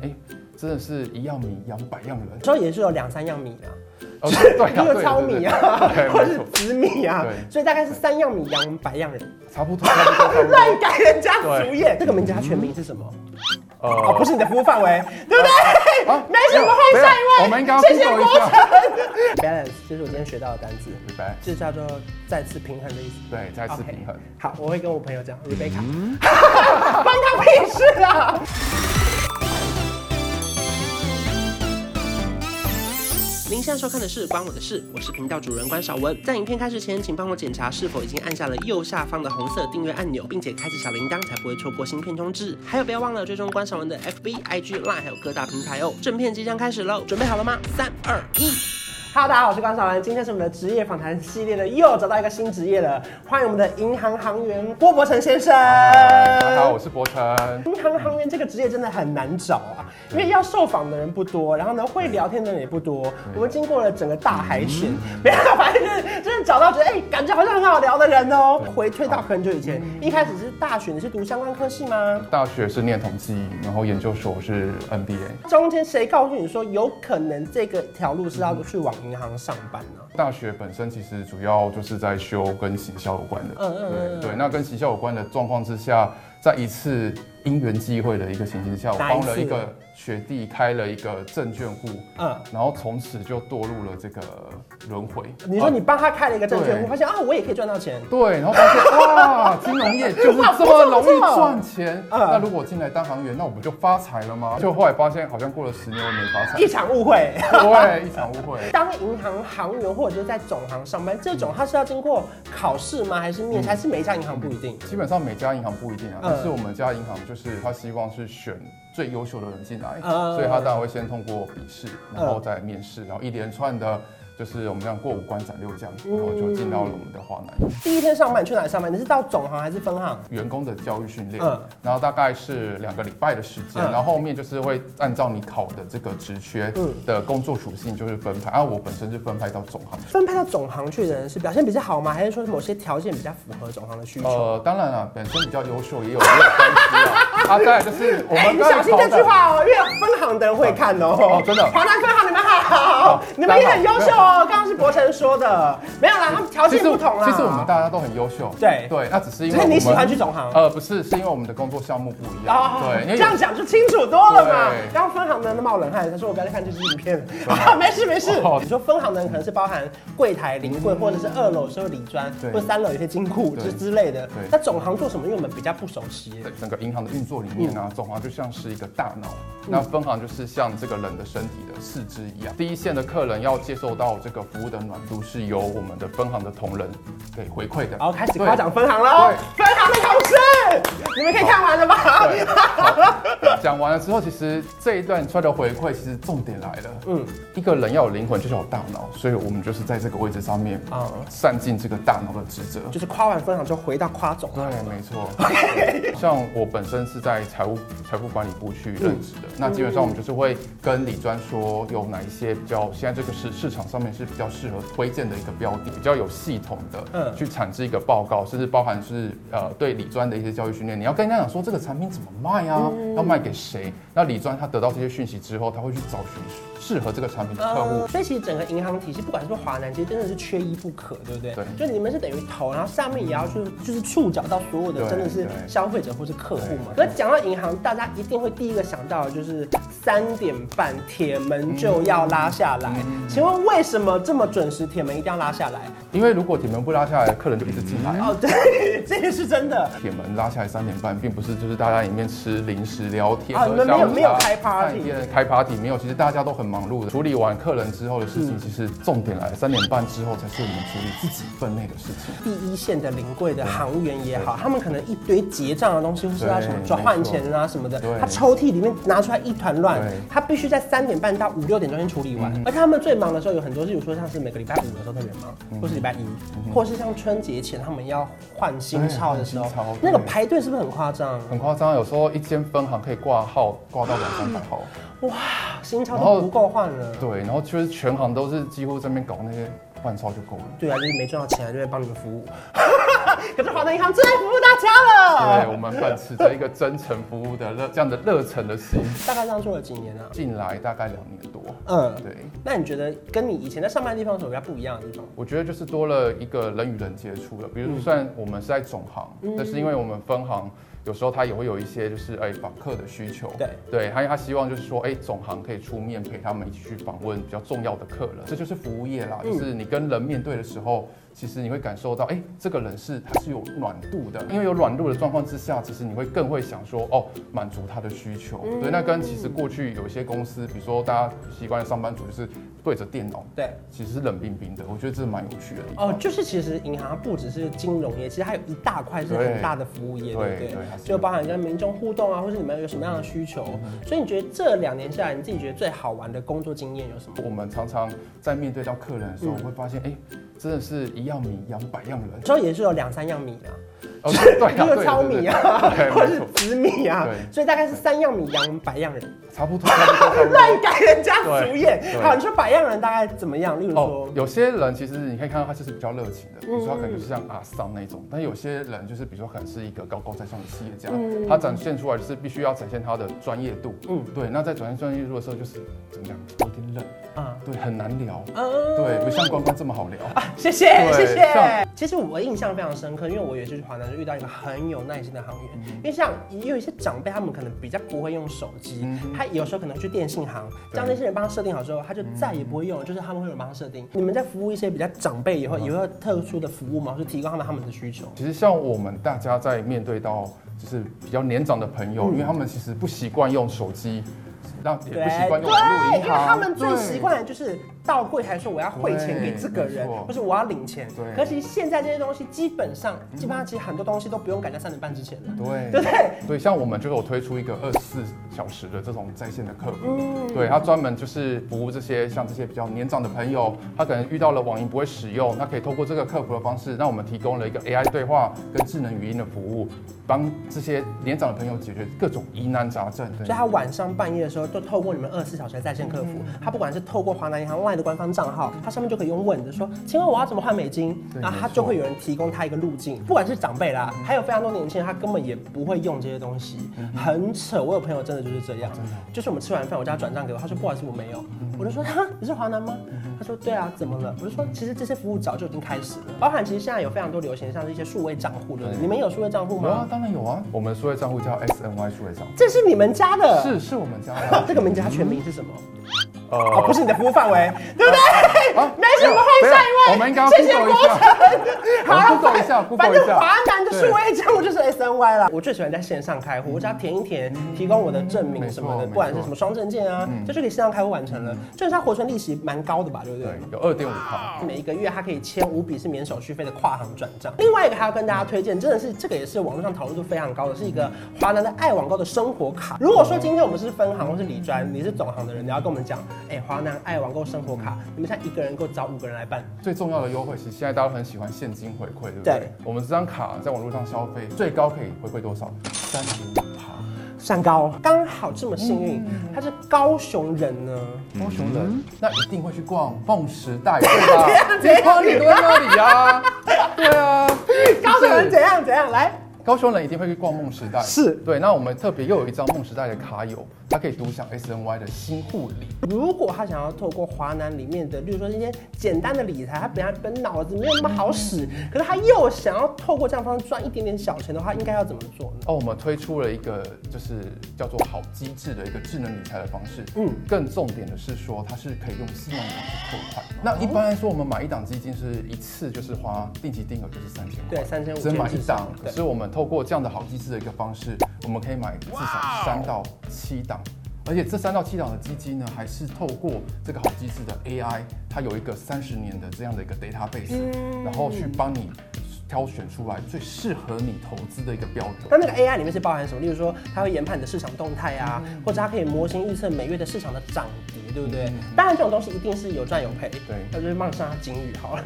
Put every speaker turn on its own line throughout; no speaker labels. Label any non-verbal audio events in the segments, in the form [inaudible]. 哎，真的是一样米养百样人。
所以也是有两三样米啊，
哦，对啊，
[laughs] 一
对
个糙米啊，
对对
[laughs] 或
对对，没
是
错，
紫米啊，
对
所以大概是三样米养百样人，
差不多，差不多，差不多。
乱改人家主业。这个名字它全名是什么？ [laughs] 哦，不
呃，
是你的服务范围，对不对？
啊
没什么，换下一位。
我们应该要
谢谢
Google 一
郭
下。
晨 Balance，这是我今天学到的单词，
李白，
这叫做再次平衡的意思。
对，再次
OK，
平衡。嗯
好，我会跟我朋友讲 Rebecca，关 [laughs] 他屁事啊！您现在收看的是《关我的事》，我是频道主人关少文。在影片开始前，请帮我检查是否已经按下了右下方的红色订阅按钮，并且开启小铃铛，才不会错过新片通知。还有，不要忘了追踪关少文的 FB、IG、Line 还有各大平台哦。正片即将开始喽，准备好了吗？三、二、一。Hello，大家好，我是关少文。今天是我们的职业访谈系列的，又找到一个新职业了。欢迎我们的银行行员郭伯成先生。
嗨大家好，我是博成。
银行行员这个职业真的很难找啊，因为要受访的人不多，然后呢会聊天的人也不多。我们经过了整个大海
嗯
选，没有，反正就是真的找到觉得哎、感觉好像很好聊的人哦、
对嗯
回退到很久以前，一开始是大学，你是读相关科系吗？
大学是念统计，然后研究所是 MBA。
中间谁告诉你说有可能这个条路是要去往银行上班呢、
大学本身其实主要就是在修跟行销有关的，
嗯嗯嗯嗯
对对。那跟行销有关的状况之下，在一次因缘际会的一个情形下，我
哪一
帮
次
了一个学弟开了一个证券户，
嗯，
然后从此就堕入了这个轮回。
你说你帮他开了一个证券户，
对
发现啊我也可以赚到钱，
对，然后发现哇，金融业就是这么容易赚钱。
嗯
那如果进来当行员，那我不就发财了吗？就后来发现好像过了十年我没发财
一，场误会。
对，一场误会。
当银行行员或者是在总行上班，这
嗯
种他是要经过考试吗？还是面试？还是每一家银行不一定？
基本上每家银行不一定啊，
嗯
但是我们家银行就是他希望是选最优秀的人进来，
嗯
所以他当然会先通过笔试，然后再面试，然后一连串的，就是我们这样过五关斩六将，然后就进到了我们的华南。
第一天上班你去哪里上班？你是到总行还是分行？
员工的教育训练，
嗯
然后大概是两个礼拜的时间，
嗯
然后后面就是会按照你考的这个职缺
嗯
的工作属性就是分派，啊，我本身是分派到总行。
分派到总行去的人是表现比较好吗？还是说某些条件比较符合总行的需求？
呃，当然了，本身比较优秀也有也有关系啊。
[laughs]
啊，再来就是我
哎、
们
你
刚才
小心
考
这
的
句话哦，因为分行的人会看哦。
哦真的
华南分行你们好，
哦
你们也很优秀哦。刚刚是博成说的，没有啦，他们条件不同啦。啊
其实我们大家都很优秀，
对
对，那只是因
只
为
是你
我们
喜欢去总行
呃，不是，是因为我们的工作项目不一样，
哦，
对，因为
这样讲就清楚多了嘛
对。
刚刚分行的人冒冷汗，他说我不要再看这支影片了。 [laughs] 啊，没事没事。
哦
你说分行的人可能是包含柜台、临柜，或者是二楼是理专，
对
或者三楼有些金库之
对
之类的
对。
那总行做什么？因为我们比较不熟悉。
整个银行的运作里面
嗯
啊，总行就像是一个大脑，那分行就是像这个人的身体的四肢一样。第一线的客人要接受到这个服务的暖度，是由我们的分行的同仁给回馈的。
然后开始
对
夸奖分行喽，分行的同事，你们可以看完了吧？
对，好讲完了之后，其实这一段出来的回馈，其实重点来了。嗯，一个人要有灵魂，就是有大脑，所以我们就是在这个位置上面
啊
啊，善尽这个大脑的职责。
就是夸完分行之后回到夸总
对，没错。像我本身是在财务财务管理部去任职的，那基本上我们就是会跟李专说有哪一些比较现在这个市市场上面是比较适合推荐的一个标的，比较有系统的，
嗯
去产制一个报告，甚至包含是呃对李专的一些教育训练。你要跟人家讲说这个产品怎么卖啊，要卖给谁？那李专他得到这些讯息之后，他会去找寻适合这个产品的客户
呃。所以其实整个银行体系，不管是不是华南，其实真的是缺一不可，对不对？
对
就你们是等于头，然后下面也要去就是触角到所有的
对
真的是
对
消费者或是客户嘛。可
对
是讲到银行，大家一定会第一个想到的就是三点半铁门就要拉下来。
嗯
请问为什么这么准时铁门一定要拉下来？
因为如果铁门不拉下来，客人就一直进来啊。
哦，对，这个是真的。
铁门拉下来三点半，并不是就是大家里面吃零食聊天，
啊你们
喝下午
没有
茶
没有开 party
看影片开 party 没有，其实大家都很忙碌的，处理完客人之后的事情，其实重点来了，三点半之后才是我们处理自己分内的事情。
第一线的临柜的行员也好，他们可能一堆结账的东西，或是要什么
对
转换钱啊什么的
没错，对
他抽屉里面拿出来一团乱
对，嗯
他必须在三点半到五六点钟先处理完。而他们最忙的时候有很多，是比如说像是每个礼拜五的时候特别
嗯
忙，或是礼拜一，或是像春节前他们要换新钞的时候
对嗯换新钞，
那个
对
排队是不是很夸张？
很夸张，有时候一间分行可以挂号挂到两三百号，
哇，新钞
然后
都不够换了。
对，然后就是全行都是几乎这边搞那些换钞就够了。
对啊，就是没赚到钱，还在那边帮你们服务。 [laughs] 可是华南银行最爱服务大家
对
了。
我们秉持着一个真诚服务的热这样的热忱的心，
大概这样做了几年啊？
进来大概两年多。
嗯，
对，
那你觉得跟你以前在上班的地方有什么比较不一样的地方？
我觉得就是多了一个人与人接触了。比如说，虽然我们是在总行，但是因为我们分行有时候他也会有一些就是哎访客的需求，
对
对，他他希望就是说哎总行可以出面陪他们一起去访问比较重要的客人，这就是服务业啦，就是你跟人面对的时候。其实你会感受到，哎，这个人是他是有暖度的，因为有暖度的状况之下，其实你会更会想说，哦，满足他的需求。对，那跟其实过去有一些公司，比如说大家习惯的上班族就是对着电脑
对，
其实是冷冰冰的，我觉得这蛮有趣的地方。
哦，就是其实银行它不只是金融业，其实还有一大块是很大的服务业，对
对
不对
对它？是
就包含跟民众互动啊，或是你们有什么样的需求。所以你觉得这两年下来，你自己觉得最好玩的工作经验有什么？
我们常常在面对到客人的时候，
嗯
会发现，哎、真的是一样米养百样人。
之后也是有两三样米啊，
哦，对啊，
[laughs] 就
对
是
对
糙
对
米啊，
对
[laughs] 或
没
是
错，
紫米啊，
对
所以大概是三样米养百样人，
差不多，差不多，
[laughs]
差不多。
乱改人家主演
对。对
好，你说百样人大概怎么样？例如说
哦，，有些人其实你可以看到他就是比较热情的，比如说他
嗯
可能就是像阿桑那种，但有些人就是比如说可能是一个高高在上的企业家，他展现出来就是必须要展现他的专业度。
嗯
嗯，对。那在展现专业度的时候，就是怎么讲，有点冷，
啊，
对，很难聊，
嗯
对，不像关关这么好聊。
谢谢谢
对
谢
像。
其实我印象非常深刻，因为我也是去华南就遇到一个很有耐心的行
嗯
员，因为像也有一些长辈，他们可能比较不会用手机，
嗯
他有时候可能去电信行，让那些人帮他设定好之后，他就再也不会用
嗯
了，就是他们会有人帮他设定。你们在服务一些比较长辈以后，也会有特殊的服务吗？是提供他们他们的需求？
其实像我们大家在面对到就是比较年长的朋
嗯
友，因为他们其实不习惯用手机，那也不习惯用网络
对，
银
因为
行，
他们最
对
习惯的就是到柜台说我要汇钱给
对
这个人
没，错
或是我要领钱。
对
可是现在这些东西基本上，基本上其实很多东西都不用赶在三点半之前了，
对
对不对？
对，像我们就有推出一个二十四小时的这种在线的客服，
嗯
对他专门就是服务这些像这些比较年长的朋友，他可能遇到了网银不会使用，他可以透过这个客服的方式，让我们提供了一个 AI 对话跟智能语音的服务，帮这些年长的朋友解决各种疑难杂症。对嗯
所以他晚上半夜的时候，就透过你们二十四小时的在线客服，他不管是透过华南银行 LINE 的官方账号，他上面就可以用问的说，请问我要怎么换美金？
对
然后他
没错
就会有人提供他一个路径，不管是长辈啦，还有非常多年轻人，他根本也不会用这些东西，
嗯
很扯。我有朋友真的就是这样，就是我们吃完饭，我叫他转账给我，他说不好意思我没有，
嗯
我就说哈你是华南吗？他说对啊，怎么了？我就说其实这些服务早就已经开始了，包含其实现在有非常多流行，像是一些数位账户，对不对？你们有数位账户
有啊
吗，？
当然有啊，我们数位账户叫 SNY 数位账户。
这是你们家的，
是是我们家 [laughs] 的，
[laughs] 这个名字它全名是什么？
呃，
哦，不是你的服务范围，对不对？
啊
[laughs] 没事，我们换下一位。
我们应该要
谢谢
Google 一
郭
下
晨。
呃我们 Google
反
一 [laughs] 下
反
，Google
正
一下嗯
华南的
对
数位账户就是 S N Y 啦。我最喜欢在线上开户，我只要填一填，提供我的证
没
明
错
什么的，
没
不管是
错嗯
什么双证件啊，这就可以线上开户完成了。就是它活存利息蛮高的吧，对不对
对？，有二点五趴。
每一个月它可以签五笔是免手续费的跨行转账。另外一个还要跟大家推荐，真的是这个也是网络上讨论度非常高的，是一个华南的爱网购的生活卡。如果说今天我们是分行或是理专，你是总行的人，你要跟我们讲，哎、华南爱网购生活卡，你们现在一个人给我找五个人来办，
最重要的优惠，其实现在大家都很喜欢现金回馈，对不对？
对
我们这张卡在网络上消费，最高可以回馈多少？三十五趴。
算高，嗯刚好这么幸运，他是高雄人呢。？
高雄人，那一定会去逛梦时代，对 [laughs] 吧
怎样
你逛你都在那里啊， [laughs] 对啊。
高雄人
是
怎样怎样来？
高雄人一定会去逛梦时代，
是
对。那我们特别又有一张梦时代的卡友，它可以独享 S N Y 的新护理。
如果他想要透过华南里面的，例如说一些简单的理财，他本来本脑子没有那么好使，可是他又想要透过这样的方式赚一点点小钱的话，应该要怎么做呢？
哦，我们推出了一个就是叫做好机制的一个智能理财的方式。
嗯
嗯，更重点的是说，它是可以用信用卡去扣款。
哦
那一般来说，我们买一档基金是一次就是花定期定额就是三千块，
对3500
只能买一档
至少。对
可是我们透过这样的好机制的一个方式，我们可以买至少三到七档。而且这三到七档的基金呢，还是透过这个好机制的 AI，它有一个三十年的这样的一个 database，、然
嗯
后去帮你挑选出来最适合你投资的一个标的。
那那个 AI 里面是包含什么？例如说，它会研判你的市场动态啊，或者它可以模型预测每月的市场的涨跌，对不对？当然，这种东西一定是有赚有赔。
嗯对
那就是帮你上下警语好了。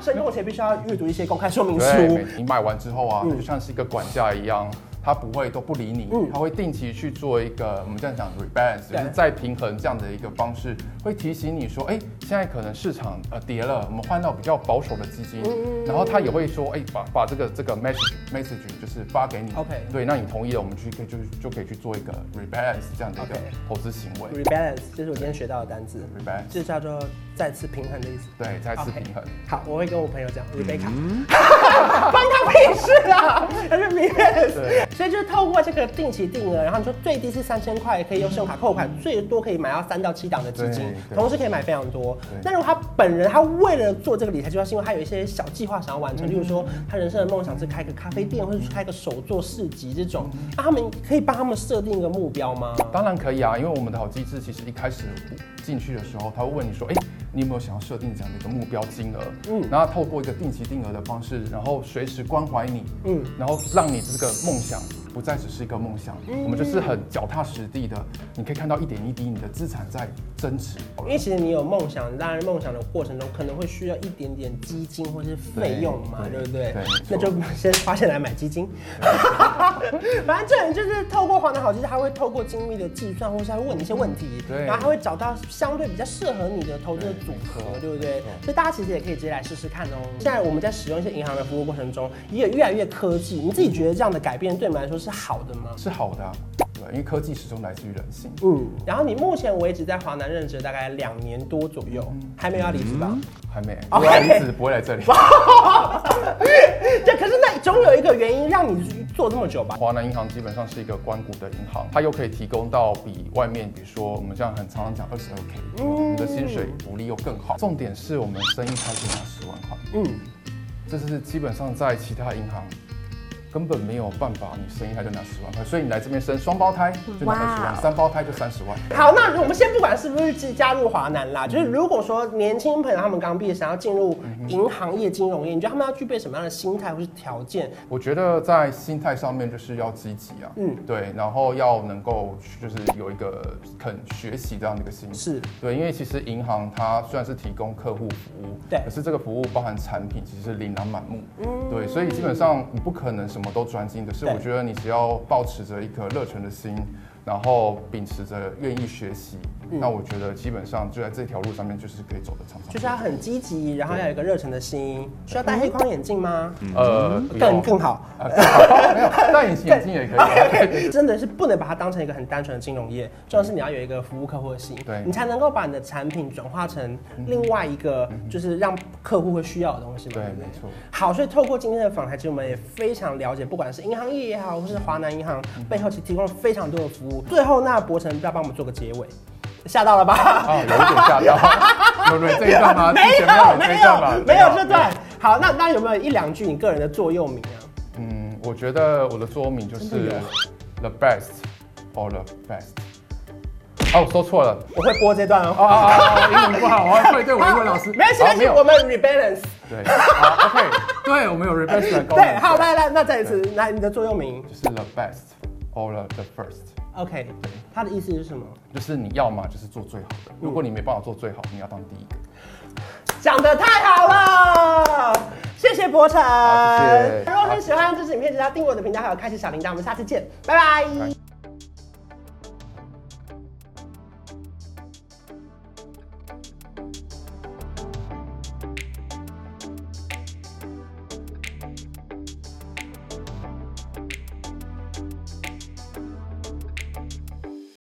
[laughs] 所以，目前必须要阅读一些公开说明书。
对，每你买完之后啊，它就像是一个管家一样，他不会都不理你，
嗯
他会定期去做一个我们这样讲 rebalance，
对
就是再平衡这样的一个方式，会提醒你说，哎，现在可能市场呃跌了，我们换到比较保守的基金，
嗯
然后他也会说，哎，把把这个这个 message message 就是发给你
OK
对，那你同意了，我们去可以就就可以去做一个 rebalance 这样的一个
OK
投资行为
rebalance，这是我今天学到的单词，
rebalance，
就叫做再次平衡的意思。
对，再次
OK
平衡。
好，我会跟我朋友讲 Rebecca，关他屁事啦，他是 r e b a l
对
所以就是透过这个定期定额，然后你说最低是三千块，可以用信用卡扣款，最多可以买到三到七档的基金，
对对
同时可以买非常多
对。
那如果他本人他为了做这个理财计划，是因为他有一些小计划想要完
嗯
成，例如说他人生的梦想是开个咖啡店，或者去开个手作市集这种，那他们可以帮他们设定一个目标吗？
当然可以啊，因为我们的好机制其实一开始进去的时候，他会问你说，哎、你有没有想要设定这样的一个目标金额？嗯，然后透过一个定期定额的方式，然后随时关怀你，
嗯
嗯，然后让你这个梦想不再只是一个梦想，我们就是很脚踏实地的，你可以看到一点一滴你的资产在增值。
因为其实你有梦想，当然梦想的过程中可能会需要一点点基金或是费用嘛，对
对
不对？
对
那就先花钱来买基金。 [laughs] 反正这人就是透过黄的好基金，他会透过精密的计算，或是他会问你一些问题，
对
然后他会找到相对比较适合你的投资的组合，对不对？所以大家其实也可以直接来试试看哦。现在我们在使用一些银行的服务过程中，也有越来越科技，你自己觉得这样的改变对你们来说是好的吗？
是好的、啊，对，因为科技始终来自于人性。
嗯，然后你目前为止在华南任职大概两年多左右，还没有要离职吧？
还没，
OK
不然离职不会来这里。
[laughs] 这可是那总有一个原因让你做这么久吧？
华南银行基本上是一个关谷的银行，它又可以提供到比外面，比如说我们这样很常常讲二十二 k，我们的薪水福利又更好。重点是我们生意开始拿十万块，
嗯，
这是基本上在其他银行根本没有办法，你生意开就拿十万块，所以你来这边生双胞胎就拿二十
哇
万，三胞胎就三十万。
好，那我们先不管是不是加入华南啦，就是如果说年轻朋友他们刚毕业想要进入银行业、金融业，你觉得他们要具备什么样的心态或是条件？
我觉得在心态上面就是要积极啊，
嗯
嗯，对，然后要能够去就是有一个肯学习这样的一个心，
是
对，因为其实银行它虽然是提供客户服务，
对嗯
可是这个服务包含产品其实是琳琅满目，对，所以基本上你不可能什么都专精，可是
对
我觉得你只要保持着一颗热忱的心，然后秉持着愿意学习，那我觉得基本上就在这条路上面就是可以走得长长
嗯就
久
是
久。
要很积极，然后要有一个热忱的心。需要戴黑框眼镜吗？
呃，不
嗯更
用
更好。
啊更好，没有戴隐形眼镜也
[laughs]
可以啊。 [laughs]
真的是不能把它当成一个很单纯的金融业，重要是你要有一个服务客户的心，
对
你才能够把你的产品转化成另外一个就是让客户会需要的东西嘛。
嗯对
不
没错
好，所以透过今天的访谈，其实我们也非常了解，不管是银行业也好，或是华南银行背后其实提供了非常多的服务。最后，那博成要帮我们做个结尾，吓到了吧？
啊，有一点吓到，有 [laughs] 蕊这一段吗？
[laughs] 没
之前
有，
蕊这
没
一段吧
有，没有这段。好，那那有没有一两句你个人的座右铭啊？
嗯，我觉得我的座右铭就是
真的
the best or the best。哦，我说错了。
我会播这段哦。
啊啊啊啊！英文不好，我还会对我英文老师。
没关系，
好
没关系，我们 rebalance。
对，好，OK，对
[laughs]
我们有 reverse 的功能。
对，好，来来，那再一次，来你的座右铭。
就是 the best or the the first，
OK，他的意思是什么？
就是你要嘛就是做最好的，如果你没办法做最好，你要当第一个。
讲的太好了，谢谢博成。
好谢谢
如果你喜欢这支影片，记得要订阅我的频道，还有开启小铃铛。我们下次见，拜拜
拜